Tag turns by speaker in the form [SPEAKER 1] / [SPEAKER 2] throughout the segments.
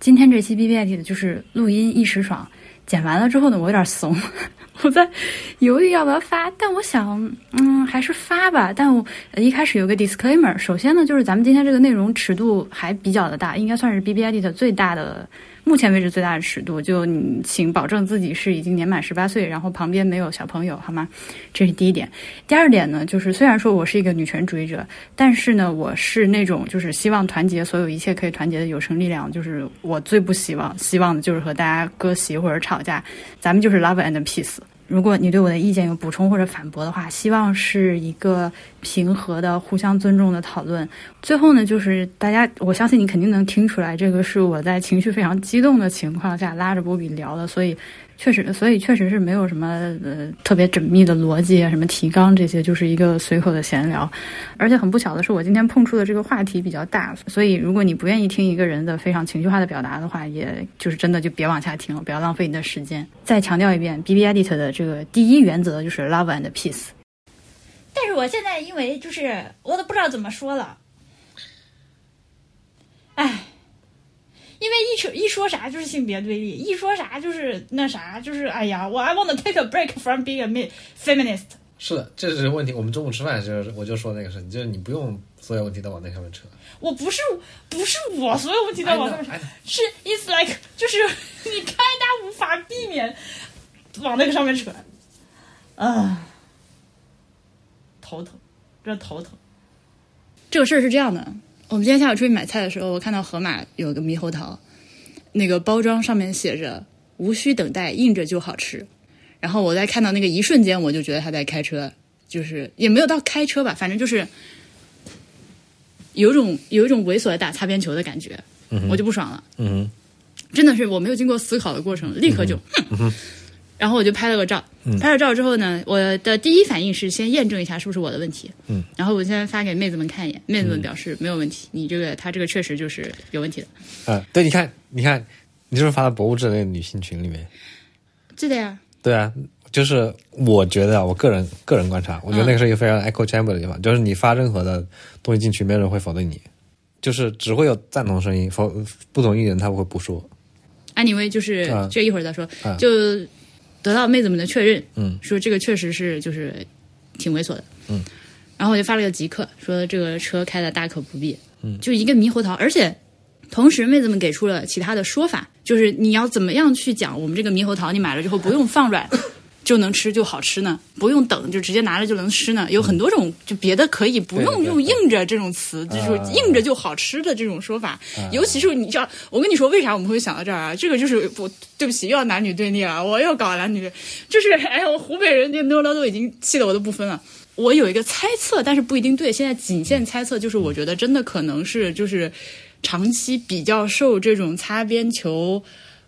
[SPEAKER 1] 今天这期 B B I T 的就是录音一时爽，剪完了之后呢，我有点怂， 我在犹豫要不要发，但我想，嗯，还是发吧。但我呃一开始有个 disclaimer，首先呢，就是咱们今天这个内容尺度还比较的大，应该算是 B B I T 的最大的。目前为止最大的尺度，就你请保证自己是已经年满十八岁，然后旁边没有小朋友，好吗？这是第一点。第二点呢，就是虽然说我是一个女权主义者，但是呢，我是那种就是希望团结所有一切可以团结的有生力量。就是我最不希望希望的就是和大家割席或者吵架，咱们就是 love and peace。如果你对我的意见有补充或者反驳的话，希望是一个平和的、互相尊重的讨论。最后呢，就是大家，我相信你肯定能听出来，这个是我在情绪非常激动的情况下拉着波比聊的，所以确实，所以确实是没有什么呃特别缜密的逻辑啊，什么提纲这些，就是一个随口的闲聊。而且很不巧的是，我今天碰触的这个话题比较大，所以如果你不愿意听一个人的非常情绪化的表达的话，也就是真的就别往下听了，不要浪费你的时间。再强调一遍，B B Edit 的这个第一原则就是 love and peace。
[SPEAKER 2] 但是我现在因为就是我都不知道怎么说了，哎，因为一说一说啥就是性别对立，一说啥就是那啥，就是哎呀，我 I want to take a break from being a mi- feminist。
[SPEAKER 3] 是的，这是问题。我们中午吃饭的时候，我就说那个事，你就是你不用所有问题都往那上面扯。
[SPEAKER 2] 我不是不是我所有问题都往上面
[SPEAKER 3] I know, I know
[SPEAKER 2] 是 it's like 就是 你看他无法避免往那个上面扯，啊，头疼，这头疼。
[SPEAKER 1] 这个事儿是这样的，我们今天下午出去买菜的时候，我看到盒马有个猕猴桃，那个包装上面写着“无需等待，硬着就好吃”。然后我在看到那个一瞬间，我就觉得他在开车，就是也没有到开车吧，反正就是有种有一种猥琐的打擦边球的感觉，我就不爽了。
[SPEAKER 3] 嗯
[SPEAKER 1] 真的是我没有经过思考的过程，立刻就，哼然后我就拍了个照。拍了照之后呢，我的第一反应是先验证一下是不是我的问题。
[SPEAKER 3] 嗯，
[SPEAKER 1] 然后我现在发给妹子们看一眼，妹子们表示没有问题，你这个他这个确实就是有问题的。
[SPEAKER 3] 啊、对，你看，你看，你是不是发到博物志那个女性群里面？
[SPEAKER 1] 对的呀，
[SPEAKER 3] 对啊，就是我觉得啊，我个人个人观察，我觉得那个是一个非常 echo chamber 的地方，就是你发任何的东西进去，没有人会否定你，就是只会有赞同声音，否不同意的人他会不说。
[SPEAKER 1] 安妮薇就是
[SPEAKER 3] 啊
[SPEAKER 1] 这一会儿再说
[SPEAKER 3] 啊，
[SPEAKER 1] 就得到妹子们的确认，
[SPEAKER 3] 嗯，
[SPEAKER 1] 说这个确实是就是挺猥琐的，
[SPEAKER 3] 嗯，
[SPEAKER 1] 然后我就发了个即刻，说这个车开的大可不必，嗯，就一个猕猴桃，而且同时妹子们给出了其他的说法，就是你要怎么样去讲我们这个猕猴桃，你买了之后不用放软。就能吃就好吃呢，不用等就直接拿着就能吃呢。有很多种就别的可以不
[SPEAKER 3] 嗯对
[SPEAKER 1] 用
[SPEAKER 3] 对
[SPEAKER 1] 用
[SPEAKER 3] 对
[SPEAKER 1] 硬着这种词，就是
[SPEAKER 3] 啊
[SPEAKER 1] 硬着就好吃的这种说法。
[SPEAKER 3] 嗯
[SPEAKER 1] 尤其是你知道，我跟你说为啥我们会想到这儿啊？这个就是我对不起，又要男女对立了，啊我又搞男女，就是 哎呀，我湖北人这妞了都已经气得我都不分了。我有一个猜测，但是不一定对。现在仅限猜测，就是我觉得真的可能是就是长期比较受这种擦边球、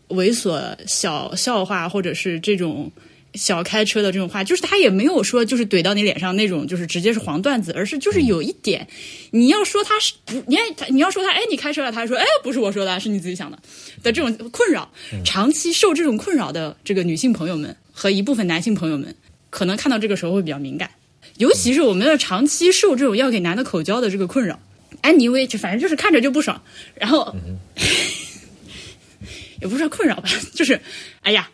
[SPEAKER 1] 猥琐小笑话，或者是这种小开车的这种话，就是他也没有说就是怼到你脸上那种，就是直接是黄段子，而是就是有一点，你要说他是不，你看他你要说他，哎，你开车了，他说，哎，不是我说的，是你自己想的的这种困扰，长期受这种困扰的这个女性朋友们和一部分男性朋友们，可能看到这个时候会比较敏感，尤其是我们要长期受这种要给男的口交的这个困扰。哎安妮薇，就反正就是看着就不爽，然后、也不是说困扰吧， 就是哎呀，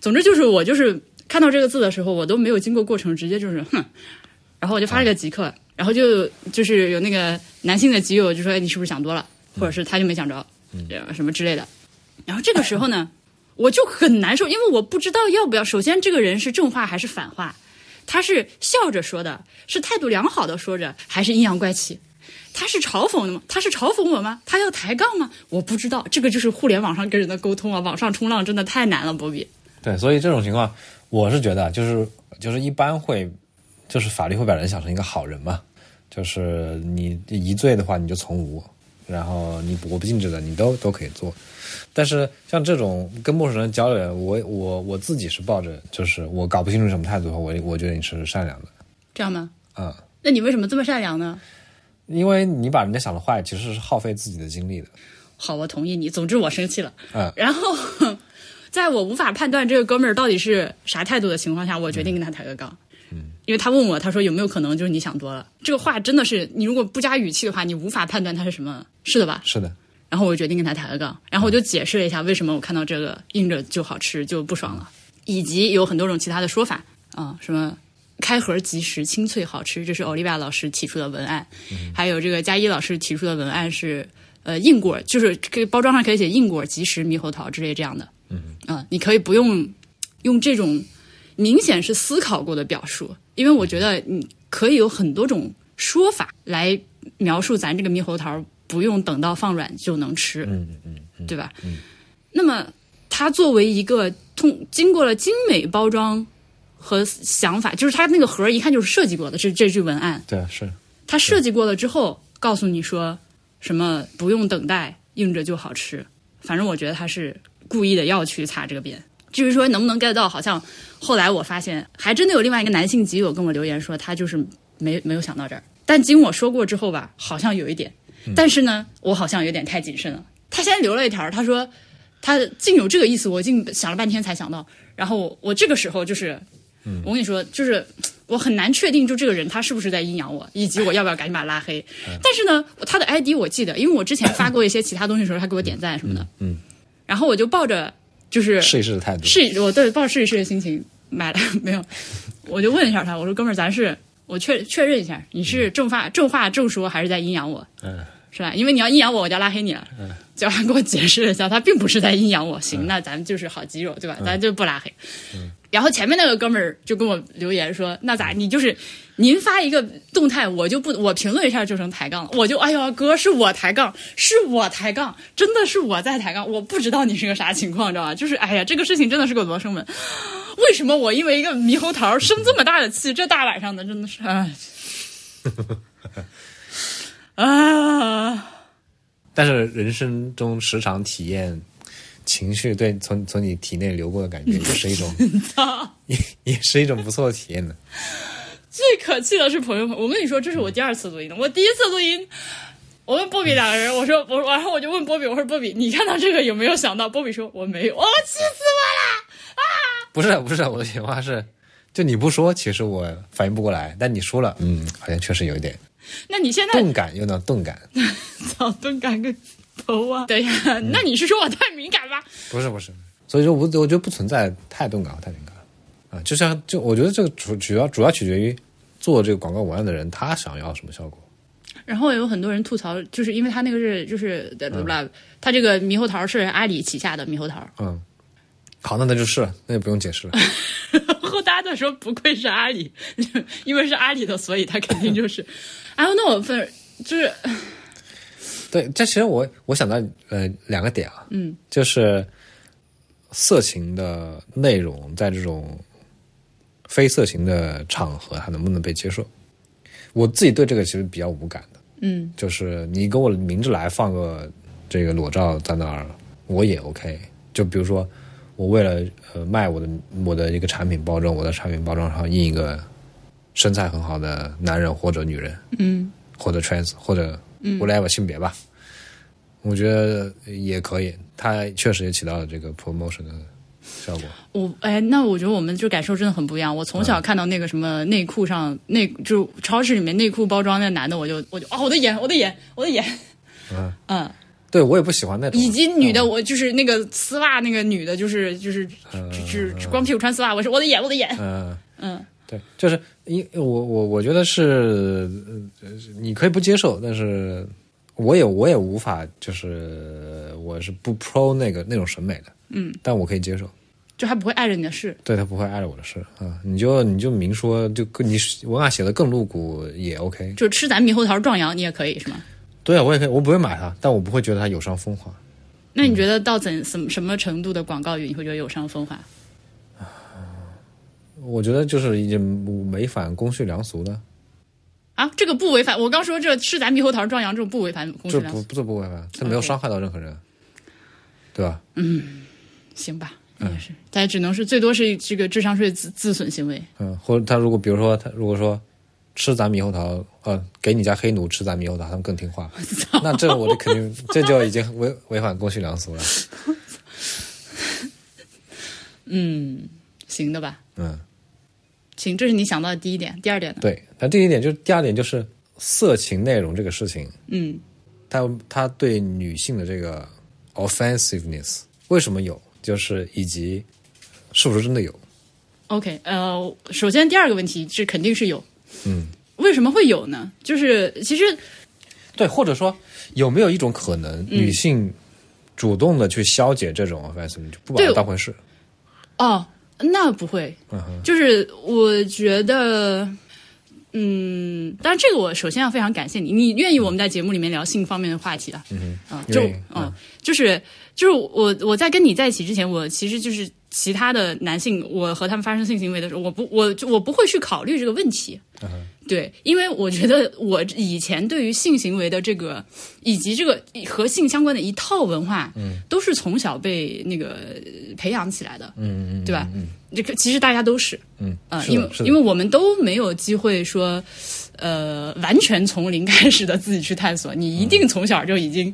[SPEAKER 1] 总之就是我就是看到这个字的时候，我都没有经过过程，直接就是哼，然后我就发了个即刻，然后就就是有那个男性的基友就说哎你是不是想多了，或者是他就没想着，呃什么之类的。然后这个时候呢，我就很难受，因为我不知道要不要。首先，这个人是正话还是反话，他是笑着说的，是态度良好的说着，还是阴阳怪气？他是嘲讽的吗？他是嘲讽我吗？他要抬杠吗？我不知道，这个就是互联网上跟人的沟通啊，网上冲浪真的太难了，波比。
[SPEAKER 3] 对，所以这种情况，我是觉得啊就是就是一般会，就是法律会把人想成一个好人嘛，就是你一罪的话你就从无，然后你我不禁止的你都都可以做，但是像这种跟陌生人交流，我我我自己是抱着就是我搞不清楚什么态度的话，我我觉得你是善良的
[SPEAKER 1] 这样吗？
[SPEAKER 3] 啊、
[SPEAKER 1] 那你为什么这么善良呢？
[SPEAKER 3] 嗯，因为你把人家想的坏，其实是耗费自己的精力的。
[SPEAKER 1] 好，我同意你。总之，我生气了。
[SPEAKER 3] 嗯
[SPEAKER 1] 然后，在我无法判断这个哥们儿到底是啥态度的情况下，我决定跟他抬个杠。嗯，因为他问我，他说有没有可能就是你想多了？这个话真的是，你如果不加语气的话，你无法判断他是什么，是的吧？
[SPEAKER 3] 是的，
[SPEAKER 4] 然后我就决定跟他抬个杠，然后我就解释了一下为什么我看到这个硬着就好吃就不爽了，以及有很多种其他的说法啊、什么开盒即食、清脆好吃，这是 Olivia 老师提出的文案，还有这个佳一老师提出的文案是呃硬果，就是这个包装上可以写硬果即食猕猴桃之类这样的，嗯啊、你可以不用用这种明显是思考过的表述，因为我觉得你可以有很多种说法来描述咱这个猕猴桃，不用等到放软就能吃，
[SPEAKER 3] 嗯嗯嗯，
[SPEAKER 4] 对吧？那么它作为一个通经过了精美包装和想法，就是它那个盒儿一看就是设计过的，这这句文案，
[SPEAKER 3] 对，啊是，
[SPEAKER 4] 它设计过了之后，告诉你说什么不用等待，硬着就好吃。反正我觉得他是故意的要去擦这个边。至于说能不能 get 到，好像后来我发现，还真的有另外一个男性集友跟我留言说，他就是没没有想到这儿。但经我说过之后吧，好像有一点，但是呢，我好像有点太谨慎了。他先留了一条，他说他竟有这个意思，我竟想了半天才想到。然后我我这个时候就是，我跟你说，就是我很难确定，就这个人他是不是在阴阳我，以及我要不要赶紧把他拉黑。
[SPEAKER 3] 嗯
[SPEAKER 4] 但是呢，他的 ID 我记得，因为我之前发过一些其他东西的时候，他给我点赞什么的。
[SPEAKER 3] 嗯嗯
[SPEAKER 4] 然后我就抱着就是
[SPEAKER 3] 试一试的态度，
[SPEAKER 4] 试，我对抱着试一试的心情买了 没有？我就问一下他，我说哥们儿，咱是我确确认一下，你是正话正话正说，还是在阴阳我？
[SPEAKER 3] 嗯，
[SPEAKER 4] 是吧？因为你要阴阳我，我就要拉黑你了。嗯，就他给我解释了一下，他并不是在阴阳我。行，那咱们就是好基友，对吧？咱就不拉黑。然后前面那个哥们儿就跟我留言说：“那咋？你就是您发一个动态，我就不我评论一下就成抬杠了。我就哎呦哥，是我抬杠，是我抬杠，真的是我在抬杠。我不知道你是个啥情况，知道吧？就是哎呀，这个事情真的是给我罗生门。为什么我因为一个猕猴桃生这么大的气？这大晚上的，真的是哎。”啊，
[SPEAKER 3] 但是人生中时常体验情绪对从从你体内流过的感觉，也是一种 也也是一种不错的体验的。
[SPEAKER 4] 最可气的是朋友们，我跟你说，这是我第二次录音，我第一次录音，我问波比两个人，我说我，然后我就问波比，我说波比，你看到这个有没有想到？波比说我没有，哦，气死
[SPEAKER 3] 不是不是，我的情况是，就你不说，其实我反应不过来，但你说了，嗯，好像确实有一点
[SPEAKER 4] 我！那你现在
[SPEAKER 3] 钝感，有点钝感。
[SPEAKER 4] 早钝感个头啊！等一下，那你是说我太敏感吗？
[SPEAKER 3] 不是不是，所以说我我觉得不存在太钝感和太敏感啊，就像就我觉得这个主主要主要取决于做这个广告文案的人他想要什么效果。
[SPEAKER 4] 然后有很多人吐槽，就是因为他那个是就是对不啦，他这个猕猴桃是阿里旗下的猕猴 桃，
[SPEAKER 3] 嗯，好，那那就是了，那就不用解释了。
[SPEAKER 4] 然后大家都说不愧是阿里， 因为是阿里的，所以他肯定就是。I don't know，反正就是
[SPEAKER 3] 对，这其实我我想到呃两个点啊，嗯，就是色情的内容在这种非色情的场合，它能不能被接受？我自己对这个其实比较无感的，
[SPEAKER 4] 嗯，
[SPEAKER 3] 就是你给我明着来放个这个裸照在那儿，我也 OK。就比如说，我为了呃卖我的我的一个产品包装，我的产品包装上印一个身材很好的男人或者女人，
[SPEAKER 4] 嗯，
[SPEAKER 3] 或者 trans 或者 whatever 性别吧，我觉得也可以。它确实也起到了这个 promotion 的效果。
[SPEAKER 4] 我哎，那我觉得我们就感受真的很不一样。我从
[SPEAKER 3] 嗯
[SPEAKER 4] 小看到那个什么内裤上内，就超市里面内裤包装那男的，我就我就哦，我的眼，我的眼，我的眼，
[SPEAKER 3] 嗯
[SPEAKER 4] 嗯，
[SPEAKER 3] 对我也不喜欢那种，
[SPEAKER 4] 以及
[SPEAKER 3] 嗯
[SPEAKER 4] 女的，我就是那个丝袜那个女的，就是就是就是光屁股穿丝袜，我说我的眼，我的眼，
[SPEAKER 3] 嗯。
[SPEAKER 4] 嗯，
[SPEAKER 3] 对，就是因我我我觉得是，呃你可以不接受，但是我也我也无法，就是我是不 pro 那个那种审美的，嗯，但我可以接受，
[SPEAKER 4] 就还不会碍着你的事。
[SPEAKER 3] 对他不会碍着我的事啊、你就你就明说，就更你文案写的更露骨也 OK，
[SPEAKER 4] 就吃咱猕猴桃壮阳，你也可以是吗？
[SPEAKER 3] 对啊，我也可以，我不会买它，但我不会觉得它有伤风化，
[SPEAKER 4] 那
[SPEAKER 3] 嗯
[SPEAKER 4] 你觉得到怎什么什么程度的广告语你会觉得有伤风化？
[SPEAKER 3] 我觉得就是已经违反公序良俗的，
[SPEAKER 4] 啊，这个不违反。我刚说这吃咱猕猴桃壮阳，这种不违反公序
[SPEAKER 3] 这
[SPEAKER 4] 良
[SPEAKER 3] 不
[SPEAKER 4] 俗，
[SPEAKER 3] 不这不违反，这没有
[SPEAKER 4] OK
[SPEAKER 3] 伤害到任何人，对吧？
[SPEAKER 4] 行吧？
[SPEAKER 3] 嗯
[SPEAKER 4] 也是，但只能是最多是这个智商税自自损行为。
[SPEAKER 3] 嗯，或者他如果比如说他如果说吃咱猕猴桃，呃，给你家黑奴吃咱猕猴桃，他们更听话，那这我就肯定这就已经违违反公序良俗了。
[SPEAKER 4] 嗯，行的吧？
[SPEAKER 3] 嗯，
[SPEAKER 4] 行，这是你想到的第一点。第二点呢？
[SPEAKER 3] 对。那第一点就是第二点就是色情内容这个事情，
[SPEAKER 4] 嗯，
[SPEAKER 3] 他他对女性的这个 offensiveness 为什么有，就是以及是不是真的有？
[SPEAKER 4] OK，呃，首先第二个问题，这肯定是有。
[SPEAKER 3] 嗯，
[SPEAKER 4] 为什么会有呢？就是其实
[SPEAKER 3] 对，或者说有没有一种可
[SPEAKER 4] 嗯
[SPEAKER 3] 能，女性主动的去消解这种 offensive，就不把它
[SPEAKER 4] 对
[SPEAKER 3] 当回事？
[SPEAKER 4] 哦，那不会，就是我觉得，嗯，但这个我首先要非常感谢你，你愿意我们在节目里面聊性方面的话题啊，嗯啊，就
[SPEAKER 3] 愿意嗯
[SPEAKER 4] 嗯，就是就是我我在跟你在一起之前，我其实就是其他的男性，我和他们发生性行为的时候，我不我就我不会去考虑这个问题。
[SPEAKER 3] 嗯
[SPEAKER 4] 对，因为我觉得我以前对于性行为的这个，以及这个和性相关的一套文化，嗯，都是从小被那个培养起来的，
[SPEAKER 3] 嗯嗯，
[SPEAKER 4] 对吧
[SPEAKER 3] 嗯
[SPEAKER 4] 这个其实大家都是，
[SPEAKER 3] 嗯，
[SPEAKER 4] 啊，
[SPEAKER 3] 是
[SPEAKER 4] 因为
[SPEAKER 3] 的，是的
[SPEAKER 4] 因为我们都没有机会说，呃，完全从零开始的自己去探索。你一
[SPEAKER 3] 嗯
[SPEAKER 4] 定从小就已经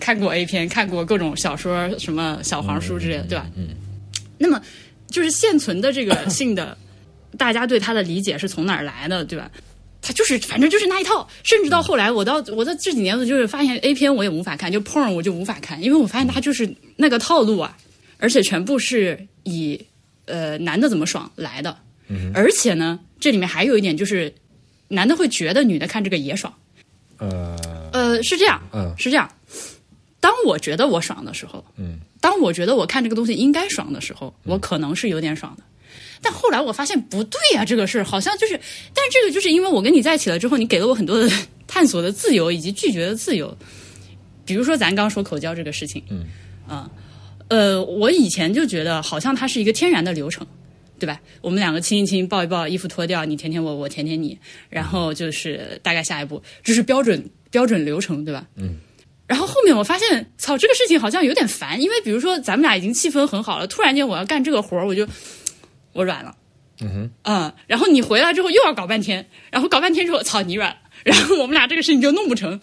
[SPEAKER 4] 看过 A 片，看过各种小说，什么小黄书之类的，对吧？
[SPEAKER 3] 嗯，
[SPEAKER 4] 那么就是现存的 这个性的，大家对它的理解是从哪儿来的，对吧？它就是，反正就是那一套。甚
[SPEAKER 3] 嗯
[SPEAKER 4] 至到后来，我到我到这几年，我就是发现 A 片我也无法看，就 porn 我就无法看，因为我发现它就是那个套路啊，而且全部是以呃男的怎么爽来的。
[SPEAKER 3] 嗯
[SPEAKER 4] 而且呢，这里面还有一点就是，男的会觉得女的看这个也爽。
[SPEAKER 3] 呃
[SPEAKER 4] 呃，是这样，
[SPEAKER 3] 嗯
[SPEAKER 4] 是这样。当我觉得我爽的时候，
[SPEAKER 3] 嗯，
[SPEAKER 4] 当我觉得我看这个东西应该爽的时候，我可能是有点爽的。但后来我发现不对啊呀、这个事儿好像就是，但这个就是因为我跟你在一起了之后，你给了我很多的探索的自由以及拒绝的自由。比如说咱刚说口交这个事情，
[SPEAKER 3] 嗯
[SPEAKER 4] 啊、呃，我以前就觉得好像它是一个天然的流程，对吧？我们两个亲一亲，抱一抱，衣服脱掉，你舔舔我，我舔舔你，然后就是大概下一步，这是标准标准流程，对吧？嗯。然后后面我发现，操，这个事情好像有点烦，因为比如说咱们俩已经气氛很好了，突然间我要干这个活儿，我就我软了，嗯哼，嗯，然后你回来之后又要搞半天，然后搞半天之后，操，你软了，然后我们俩这个事情就弄不成。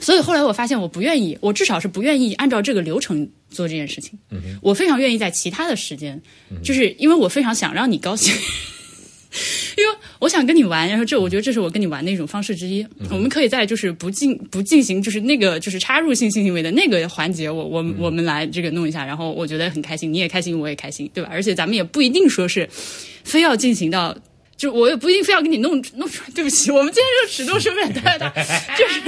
[SPEAKER 4] 所以后来我发现，我不愿意，我至少是不愿意按照这个流程做这件事情。嗯、我非常愿意在其他的时间，就是因为我非常想让你高兴， 因为我想跟你玩，然后这我觉得这是我跟你玩的一种方式之一。我们可以在就是不进不进行就是那个就是插入性性行为的那个环节，我我们我们来这个弄一下，然后我觉得很开心，你也开心，我也开心，对吧？而且咱们也不一定说是非要进行到。就我也不一定非要给你弄弄出来，对不起，我们今天这个尺度是不是有点太大？ 就是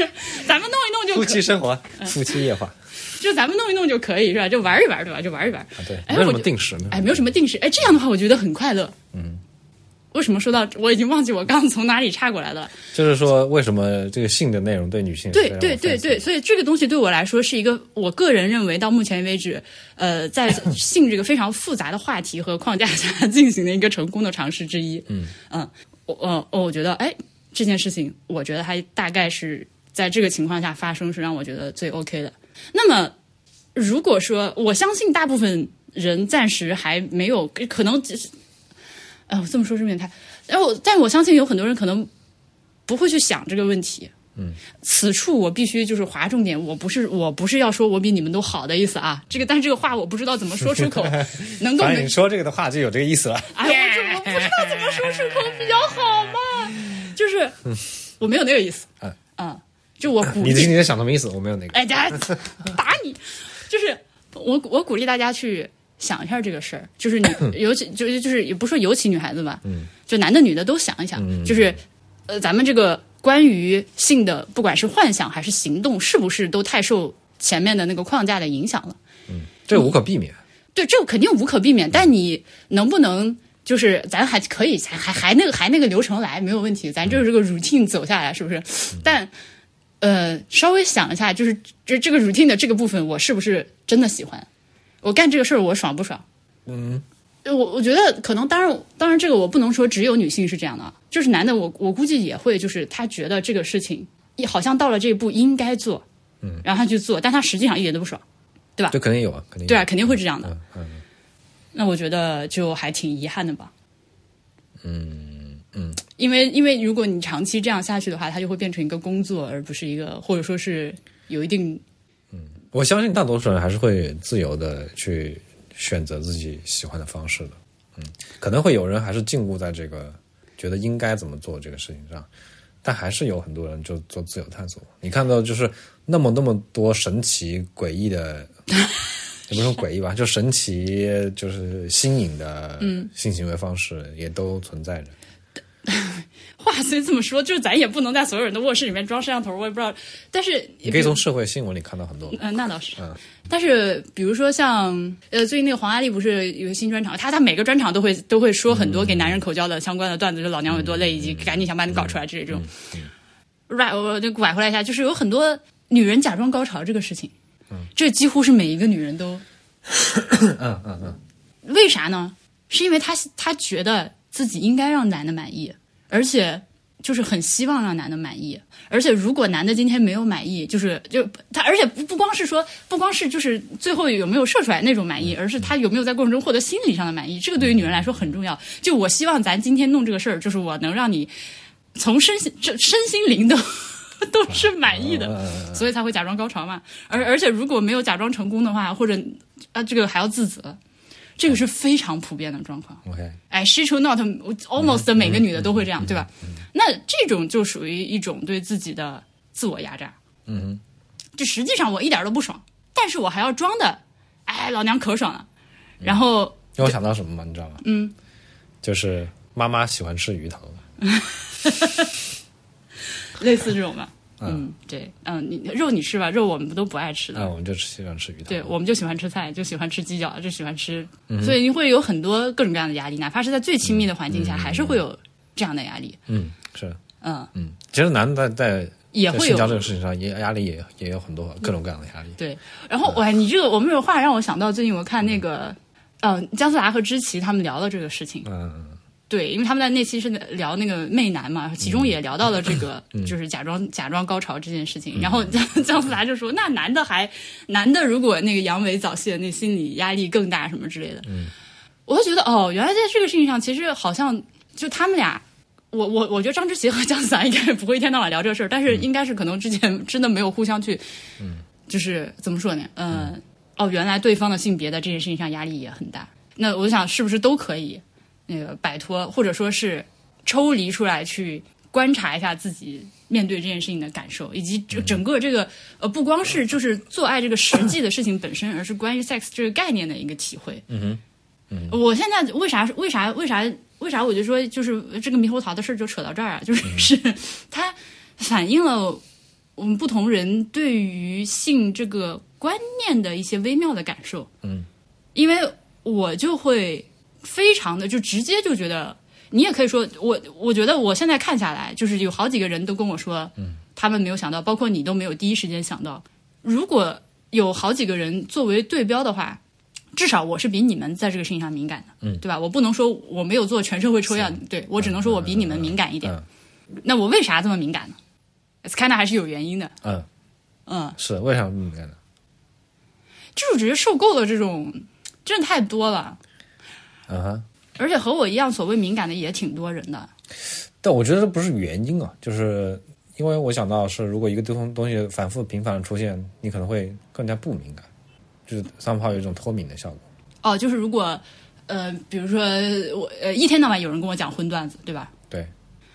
[SPEAKER 4] 咱们弄嗯一弄就
[SPEAKER 3] 夫
[SPEAKER 4] 可
[SPEAKER 3] 妻，生活，夫妻夜话啊，
[SPEAKER 4] 就咱们弄一弄就可以是吧？就玩一玩对吧？就玩一玩。
[SPEAKER 3] 对，没
[SPEAKER 4] 哎
[SPEAKER 3] 有什
[SPEAKER 4] 我
[SPEAKER 3] 么
[SPEAKER 4] 就
[SPEAKER 3] 定时呢。
[SPEAKER 4] 哎，没有什么定时，哎，这样的话我觉得很快乐。嗯，为什么说到我已经忘记我刚刚从哪里岔过来的了？
[SPEAKER 3] 就是说，为什么这个性的内容对女性
[SPEAKER 4] 对
[SPEAKER 3] 非常
[SPEAKER 4] 对对
[SPEAKER 3] offensive
[SPEAKER 4] 对，所以这个东西对我来说是一个，我个人认为到目前为止，呃，在性这个非常复杂的话题和框架下 进行的一个成功的尝试之一。嗯我呃我觉得哎这件事情，我觉得还大概是在这个情况下发生是让我觉得最 OK 的。那么如果说我相信大部分人暂时还没有，可能只是，哎、我这么说是不是有点太，然后但我相信有很多人可能不会去想这个问题。
[SPEAKER 3] 嗯
[SPEAKER 4] 此处我必须就是划重点，我不是我不是要说我比你们都好的意思啊，这个但这个话我不知道怎么说出 口，能够
[SPEAKER 3] 反
[SPEAKER 4] 没
[SPEAKER 3] 正你说这个的话，就有这个意思了。
[SPEAKER 4] 哎，我这我不知道怎么说出口比较好嘛，就是我没有那个意思，
[SPEAKER 3] 嗯
[SPEAKER 4] 啊，就我鼓
[SPEAKER 3] 你
[SPEAKER 4] 励
[SPEAKER 3] 今天想什么意思？我没有那个。
[SPEAKER 4] 哎，大家打 你，就是我我鼓励大家去想一下这个事儿，就 是你尤其就是就是也不说尤其女孩子吧，嗯，就男的女的都想一想，
[SPEAKER 3] 嗯
[SPEAKER 4] 就是呃，咱们这个关于性的，不管是幻想还是行动，是不是都太受前面的那个框架的影响了？
[SPEAKER 3] 这无可避免。
[SPEAKER 4] 对，这肯定无可避免，但你能不能？就是咱还可以，还还还那个还那个流程来没有问题，咱就是这个 routine 走下来，是不是？但呃，稍微想一下，就是这这个 routine 的这个部分，我是不是真的喜欢？我干这个事儿，我爽不爽？
[SPEAKER 3] 嗯，
[SPEAKER 4] 呃我我觉得可能，当然，当然，这个我不能说只有女性是这样的，啊，就是男的我，我估计也会，就是他觉得这个事情也好像到了这一步应该做，嗯，然后他去做，但他实际上一点都不爽，
[SPEAKER 3] 这肯定有啊，肯定有
[SPEAKER 4] 对啊，肯定会这样的。
[SPEAKER 3] 嗯嗯
[SPEAKER 4] 那我觉得就还挺遗憾的吧。嗯嗯，因为因为如果你长期这样下去的话，它就会变成一个工作，而不是一个或者说是有一定
[SPEAKER 3] 我相信大多数人还是会自由的去选择自己喜欢的方式的。嗯，可能会有人还是禁锢在这个觉得应该怎么做这个事情上，但还是有很多人就做自由探索。你看到就是那么那么多神奇诡异的， 也不是说诡异吧，就神奇就是新颖的性行为方式也都存在着。
[SPEAKER 4] 话虽这么说，就是咱也不能在所有人的卧室里面装摄像头，我也不知道。但是
[SPEAKER 3] 你可以从社会新闻里看到很多。
[SPEAKER 4] 嗯、那倒是。但是比如说像呃，最近那个黄阿丽不是有个新专场，她她每个专场都会都会说很多给男人口交的相关的段子，就是老娘有多累，以及赶紧想把你搞出来之类这种。right，我就拐回来一下，就是有很多女人假装高潮这个事情，这几乎是每一个女人都。
[SPEAKER 3] 嗯嗯嗯，
[SPEAKER 4] 为啥呢？是因为她她觉得自己应该让男的满意，而且就是很希望让男的满意。而且如果男的今天没有满意，就是就他，而且不不光是说，不光是就是最后有没有射出来那种满意，
[SPEAKER 3] 嗯
[SPEAKER 4] 而是他有没有在过程中获得心理上的满意。这个对于女人来说很重要。就我希望咱今天弄这个事儿，就是我能让你从身心这身心灵
[SPEAKER 3] 啊
[SPEAKER 4] 都都是满意的。
[SPEAKER 3] 呃
[SPEAKER 4] 所以才会假装高潮嘛。而而且如果没有假装成功的话，或者啊这个还要自责，这个是非常普遍的状况。
[SPEAKER 3] OK，
[SPEAKER 4] 哎，she to not almost
[SPEAKER 3] 嗯
[SPEAKER 4] 每个女的都会这样，对吧？那这种就属于一种对自己的自我压榨。
[SPEAKER 3] 嗯哼，
[SPEAKER 4] 就实际上我一点都不爽，但是我还要装的，哎，老娘可爽了。
[SPEAKER 3] 嗯
[SPEAKER 4] 然后
[SPEAKER 3] 让我想到什么吗？你知道吗？
[SPEAKER 4] 嗯，
[SPEAKER 3] 就是妈妈喜欢吃鱼头。
[SPEAKER 4] 类似这种吧，嗯，对，嗯，你肉你吃吧，肉我们都不爱吃的。
[SPEAKER 3] 那我们就吃喜欢吃鱼头。
[SPEAKER 4] 对，我们就喜欢吃菜，就喜欢吃鸡脚，就喜欢吃，
[SPEAKER 3] 嗯
[SPEAKER 4] 所以你会有很多各种各样的压力，哪怕是在最亲密的环境下，还是会有这样的压力。
[SPEAKER 3] 嗯，是，
[SPEAKER 4] 嗯，
[SPEAKER 3] 嗯，其实男的在在
[SPEAKER 4] 也
[SPEAKER 3] 在
[SPEAKER 4] 会
[SPEAKER 3] 性交
[SPEAKER 4] 有嗯
[SPEAKER 3] 这个事情上也压力也也有很多各种各样的压力。
[SPEAKER 4] 对，然
[SPEAKER 3] 嗯
[SPEAKER 4] 后哇，你这个我们有话让我想到最近我看那个，呃，姜思达和知奇他们聊了这个事情。
[SPEAKER 3] 嗯嗯
[SPEAKER 4] 对，因为他们在那期是聊那个媚男嘛，其中也聊到了这个，就是假装假装高潮这件事情。然后姜姜思达就说，那男的还男的如果那个阳痿早泄，那心理压力更大什么之类的。
[SPEAKER 3] 嗯，
[SPEAKER 4] 我就觉得哦，原来在这个事情上，其实好像就他们俩。我我我觉得张之奇和姜思达应该也不会一天到晚聊这事儿，但是应该是可能之前真的没有互相去，就是怎么说呢？呃、嗯，哦，原来对方的性别在这件事情上压力也很大。那我想是不是都可以那个摆脱，或者说是抽离出来去观察一下自己面对这件事情的感受，以及这整个这个呃，不光是就是做爱这个实际的事情本身，而是关于 sex 这个概念的一个体会。
[SPEAKER 3] 嗯哼，
[SPEAKER 4] 我现在为啥为啥为啥为啥我就说就是这个猕猴桃的事儿就扯到这儿啊，就是、是它反映了我们不同人对于性这个观念的一些微妙的感受。
[SPEAKER 3] 嗯，
[SPEAKER 4] 因为我就会非常的就直接就觉得，你也可以说我我觉得我现在看下来，就是有好几个人都跟我说，
[SPEAKER 3] 嗯
[SPEAKER 4] 他们没有想到，包括你都没有第一时间想到，如果有好几个人作为对标的话。至少我是比你们在这个事情上敏感的，
[SPEAKER 3] 嗯
[SPEAKER 4] 对吧？我不能说我没有做全社会抽样，对我只能说我比你们敏感一点。
[SPEAKER 3] 嗯
[SPEAKER 4] 那我为啥这么敏感呢？It's kind of 还是有原因的，
[SPEAKER 3] 嗯，
[SPEAKER 4] 嗯，
[SPEAKER 3] 是为啥敏感呢？
[SPEAKER 4] 就是只是受够了这种，真的太多了，
[SPEAKER 3] 嗯哼，
[SPEAKER 4] 而且和我一样所谓敏感的也挺多人的，
[SPEAKER 3] 但我觉得这不是原因啊，就是因为我想到是，如果一个对方东西反复频繁的出现，你可能会更加不敏感，就是三炮有一种脱敏的效果。
[SPEAKER 4] 哦，就是如果，呃，比如说我呃一天到晚有人跟我讲荤段子，对吧？
[SPEAKER 3] 对，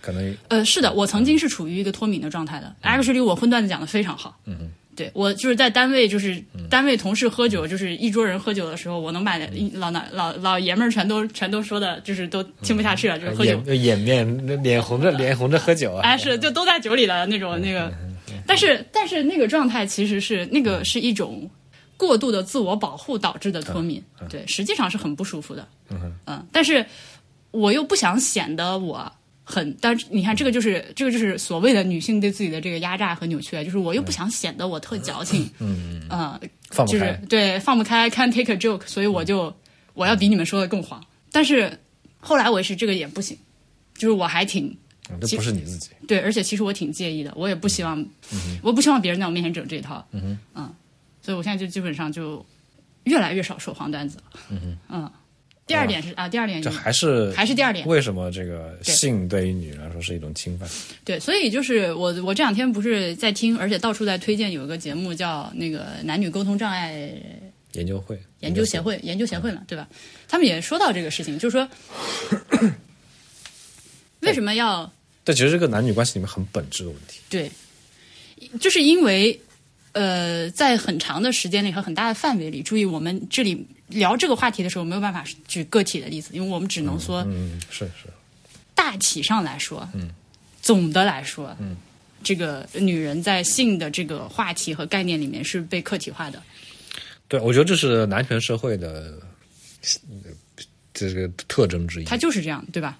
[SPEAKER 3] 可能
[SPEAKER 4] 呃，是的，我曾经是处于一个脱敏的状态的。Actually，我荤段子讲的非常好。嗯对我就是在单位，就是单位同事喝酒，就是一桌人喝酒的时候，我能把一老男老老爷们儿全都全都说的，就是都听不下去了，
[SPEAKER 3] 啊
[SPEAKER 4] 就是喝酒。
[SPEAKER 3] 掩掩面脸红着脸红着喝酒啊。
[SPEAKER 4] 哎，是就都在酒里的那种那个，但是但是那个状态其实是那个是一种过度的自我保护导致的脱敏，对，实际上是很不舒服的，嗯但是我又不想显得我很，但是你看这个就是这个就是所谓的女性对自己的这个压榨和扭曲，啊就是我又不想显得我特矫情，嗯啊、
[SPEAKER 3] 放不
[SPEAKER 4] 就
[SPEAKER 3] 开。
[SPEAKER 4] 是对放不开，can't 嗯 take a joke，所以我就我要比你们说的更黄，但是后来我也是这个也不行，就是我还挺。
[SPEAKER 3] 嗯这不是你自己，
[SPEAKER 4] 对，而且其实我挺介意的，我也不希望，我不希望别人在我面前整这一套。
[SPEAKER 3] 哼
[SPEAKER 4] 嗯所以我现在就基本上就越来越少说黄段子了。嗯第二点是啊，第二点
[SPEAKER 3] 这
[SPEAKER 4] 就
[SPEAKER 3] 还是
[SPEAKER 4] 还是第二点
[SPEAKER 3] 为什么这个性对于女人来说是一种侵犯？
[SPEAKER 4] 对，所以就是我我这两天不是在听，而且到处在推荐有一个节目叫那个男女沟通障碍
[SPEAKER 3] 研究会，
[SPEAKER 4] 研究协会，研究协会嘛，对吧？他们也说到这个事情，就是说为什么要
[SPEAKER 3] 这其实是个男女关系里面很本质的问题。
[SPEAKER 4] 对，就是因为呃，在很长的时间里和很大的范围里，注意我们这里聊这个话题的时候，没有办法举个体的例子，因为我们只能说
[SPEAKER 3] 嗯，是是，
[SPEAKER 4] 大体上来说，总的来说，
[SPEAKER 3] 嗯
[SPEAKER 4] 这个女人在性的这个话题和概念里面是被客体化的。
[SPEAKER 3] 对，我觉得这是男权社会的呃这个特征之一，
[SPEAKER 4] 它就是这样，对吧？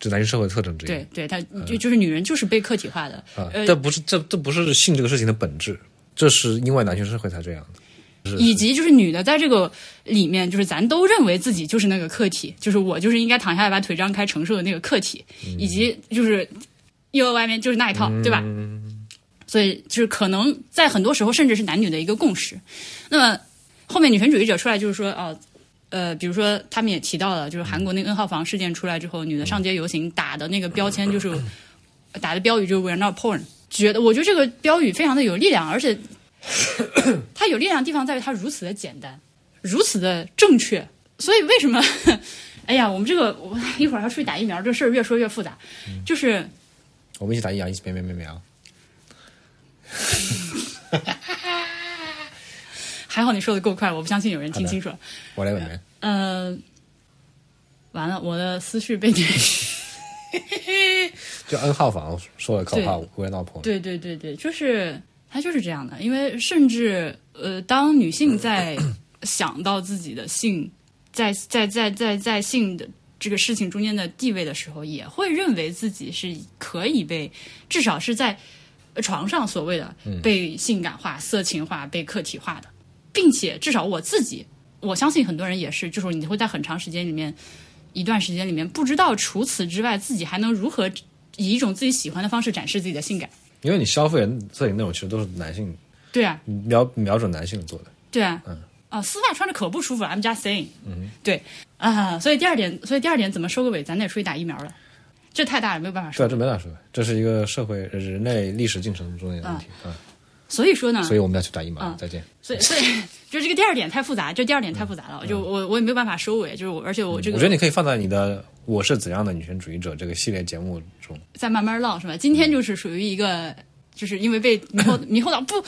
[SPEAKER 3] 这男权社会的特征之一。
[SPEAKER 4] 对对，它
[SPEAKER 3] 嗯
[SPEAKER 4] 就就是女人就是被客体化的。
[SPEAKER 3] 啊，
[SPEAKER 4] 呃
[SPEAKER 3] 这不是这这不是性这个事情的本质，这是因为男权社会才这样的。
[SPEAKER 4] 以及就是女的在这个里面，就是咱都认为自己就是那个客体，就是我就是应该躺下来把腿张开承受的那个客体，以及就是又在外面就是那一套，对吧？所以就是可能在很多时候甚至是男女的一个共识。那么后面女权主义者出来就是说哦。呃，比如说，他们也提到了，就是韩国那个 N 号房事件出来之后，女的上街游行打的那个标签，就是打的标语就是 “We're not porn”。觉得我觉得这个标语非常的有力量，而且它有力量的地方在于它如此的简单，如此的正确。所以为什么， 哎呀，我们这个我 一会儿要出去打疫苗，这事儿越说越复杂。就是
[SPEAKER 3] 我们一起打疫苗，一起喵喵喵喵。
[SPEAKER 4] 还好你说的够快，我不相信有人听清楚。
[SPEAKER 3] 我来，我来。
[SPEAKER 4] 呃，完了，我的思绪被你，
[SPEAKER 3] 就 N 号房说了口号
[SPEAKER 4] 对，
[SPEAKER 3] 无人闹破。
[SPEAKER 4] 对对对对，就是它就是这样的。因为甚至呃，当女性在想到自己的性，在在在在在性的这个事情中间的地位的时候，也会认为自己是可以被，至少是在呃床上所谓的被性感化、色情化、被客体化的，并且至少我自己，我相信很多人也是，就是你会在很长时间里面，一段时间里面，不知道除此之外自己还能如何以一种自己喜欢的方式展示自己的性感。
[SPEAKER 3] 因为你消费这里内容其实都是男性
[SPEAKER 4] 对啊，
[SPEAKER 3] 瞄瞄准男性做的。
[SPEAKER 4] 对啊，
[SPEAKER 3] 嗯
[SPEAKER 4] 啊，丝袜穿着可不舒服了，I'm just saying。嗯，对啊，所以第二点，所以第二点怎么收个尾？咱得出去打疫苗了，这太大了，没有办法
[SPEAKER 3] 对
[SPEAKER 4] 说。
[SPEAKER 3] 啊，这没法说，这是一个社会人类历史进程中的问题
[SPEAKER 4] 嗯
[SPEAKER 3] 啊，
[SPEAKER 4] 所以说呢，
[SPEAKER 3] 所以我们要去打疫苗。
[SPEAKER 4] 啊
[SPEAKER 3] 再见。
[SPEAKER 4] 所以所以就这个第二点太复杂，这第二点太复杂了，就我我也没有办法收尾，就是我，而且我这
[SPEAKER 3] 嗯
[SPEAKER 4] 个
[SPEAKER 3] 我觉得你可以放在你的《我是怎样的女权主义者》这个系列节目中。
[SPEAKER 4] 再慢慢唠是吧？今天就是属于一个，就是因为被猕 猴猕猴桃不。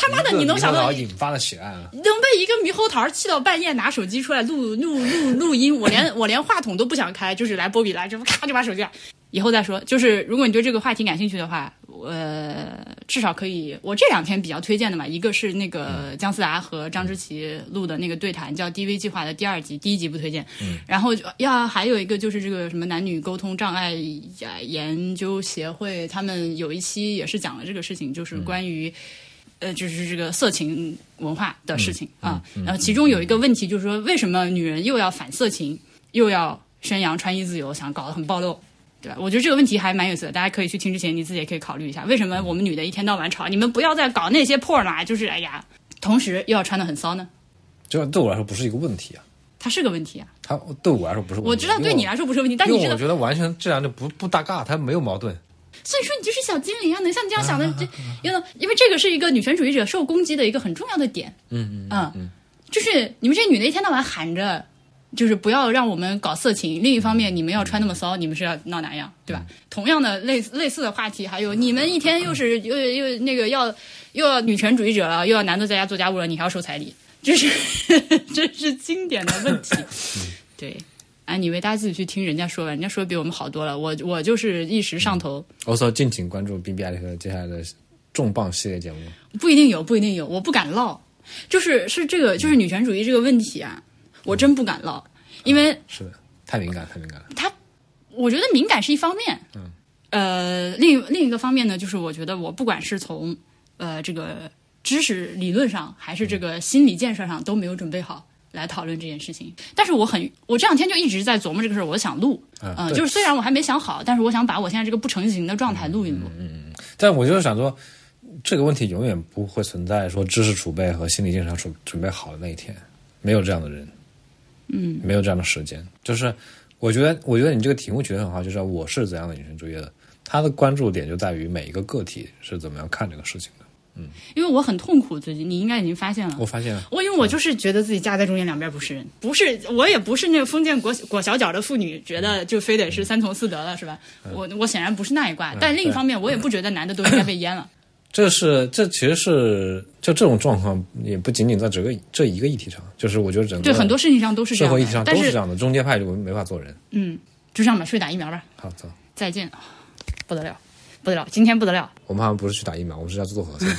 [SPEAKER 4] 他妈的，你能想
[SPEAKER 3] 这个猕猴桃
[SPEAKER 4] 到
[SPEAKER 3] 引发的血案啊？
[SPEAKER 4] 能被一个猕猴桃气到半夜拿手机出来录录录录音，我连我连话筒都不想开，就是来波比来，就咔就把手机啊。以后再说，就是如果你对这个话题感兴趣的话，呃，至少可以。我这两天比较推荐的嘛，一个是那个姜思达和张之琪录的那个对谈，叫《DV 计划》的第二集，第一集不推荐。然后就要还有一个就是这个什么男女沟通障碍呃研究协会，他们有一期也是讲了这个事情，就是关于、呃，就是这个色情文化的事情、啊。然后其中有一个问题就是说，为什么女人又要反色情，又要宣扬穿衣自由，想搞得很暴露？对吧？我觉得这个问题还蛮有意思的，大家可以去听之前，你自己也可以考虑一下，为什么我们女的一天到晚吵，你们不要再搞那些破啦，就是哎呀，同时又要穿的很骚呢？
[SPEAKER 3] 就对我来说不是一个问题啊，
[SPEAKER 4] 它是个问题啊！
[SPEAKER 3] 它对我来说不是问题。
[SPEAKER 4] 我知道对你来说不是问题，但
[SPEAKER 3] 因
[SPEAKER 4] 你
[SPEAKER 3] 为
[SPEAKER 4] 知
[SPEAKER 3] 我
[SPEAKER 4] 道
[SPEAKER 3] 觉，得完全这样就不不搭嘎，它没有矛盾。
[SPEAKER 4] 所以说你就是小精灵啊，能像你这样想的，这因为因为这个是一个女权主义者受攻击的一个很重要的点。嗯嗯就是你们这些女的一天到晚喊着，就是不要让我们搞色情；另一方面，你们要穿那么骚，你们是要闹哪样，对吧？同样的类似类似的话题，还有你们一天又是又又那个要又要女权主义者了，又要男的在家做家务了，你还要收彩礼，这是 这是经典的问题。对，哎，你为大家自己去听人家说吧，人家说比我们好多了。我我就是一时上头。
[SPEAKER 3] also，敬请关注 B B I 和接下来的重磅系列节目。
[SPEAKER 4] 不一定有，不一定有，我不敢唠。就是是这个，就是女权主义这个问题啊，我真不敢唠，因为
[SPEAKER 3] 是的，太敏感，太敏感了。
[SPEAKER 4] 它，我觉得敏感是一方面，嗯，呃，另另一个方面呢，就是我觉得我不管是从呃这个知识理论上，还是这个心理建设上，都没有准备好。来讨论这件事情，但是我很，我这两天就一直在琢磨这个事儿，我想录，
[SPEAKER 3] 嗯
[SPEAKER 4] 呃
[SPEAKER 3] 对
[SPEAKER 4] 就是虽然我还没想好，但是我想把我现在这个不成形的状态录一录，
[SPEAKER 3] 但我就是想说，这个问题永远不会存在说知识储备和心理建设准准备好的那一天，没有这样的人，嗯，没有这样的时间。就是我觉得，我觉得你这个题目取得很好，就是我是怎样的女权主义的，它的关注点就在于每一个个体是怎么样看这个事情的。
[SPEAKER 4] 嗯，因为我很痛苦，最近你应该已经发现了
[SPEAKER 3] 我。发现了，
[SPEAKER 4] 我因为我就是觉得自己夹在中间，两边不是人，不是我也不是那个封建裹裹小脚的妇女，觉得就非
[SPEAKER 3] 嗯
[SPEAKER 4] 得是三从四德了，是吧？我我显然不是那一挂，但另一方面，我也
[SPEAKER 3] 嗯
[SPEAKER 4] 不觉得男的都应该被阉了。
[SPEAKER 3] 这是这其实是就这种状况，也不仅仅在整个这一个议题上，就是我觉得整个
[SPEAKER 4] 对很多事情上都是
[SPEAKER 3] 嗯
[SPEAKER 4] 这
[SPEAKER 3] 社
[SPEAKER 4] 样
[SPEAKER 3] 会议
[SPEAKER 4] 的
[SPEAKER 3] 题上，都
[SPEAKER 4] 但
[SPEAKER 3] 是这样的，中间派就没法做人。
[SPEAKER 4] 嗯，就这样吧，去打疫苗吧，
[SPEAKER 3] 好，走，
[SPEAKER 4] 再见，不得了，不得了，今天不得了，
[SPEAKER 3] 我们好像不是去打疫苗，我们是要做核酸。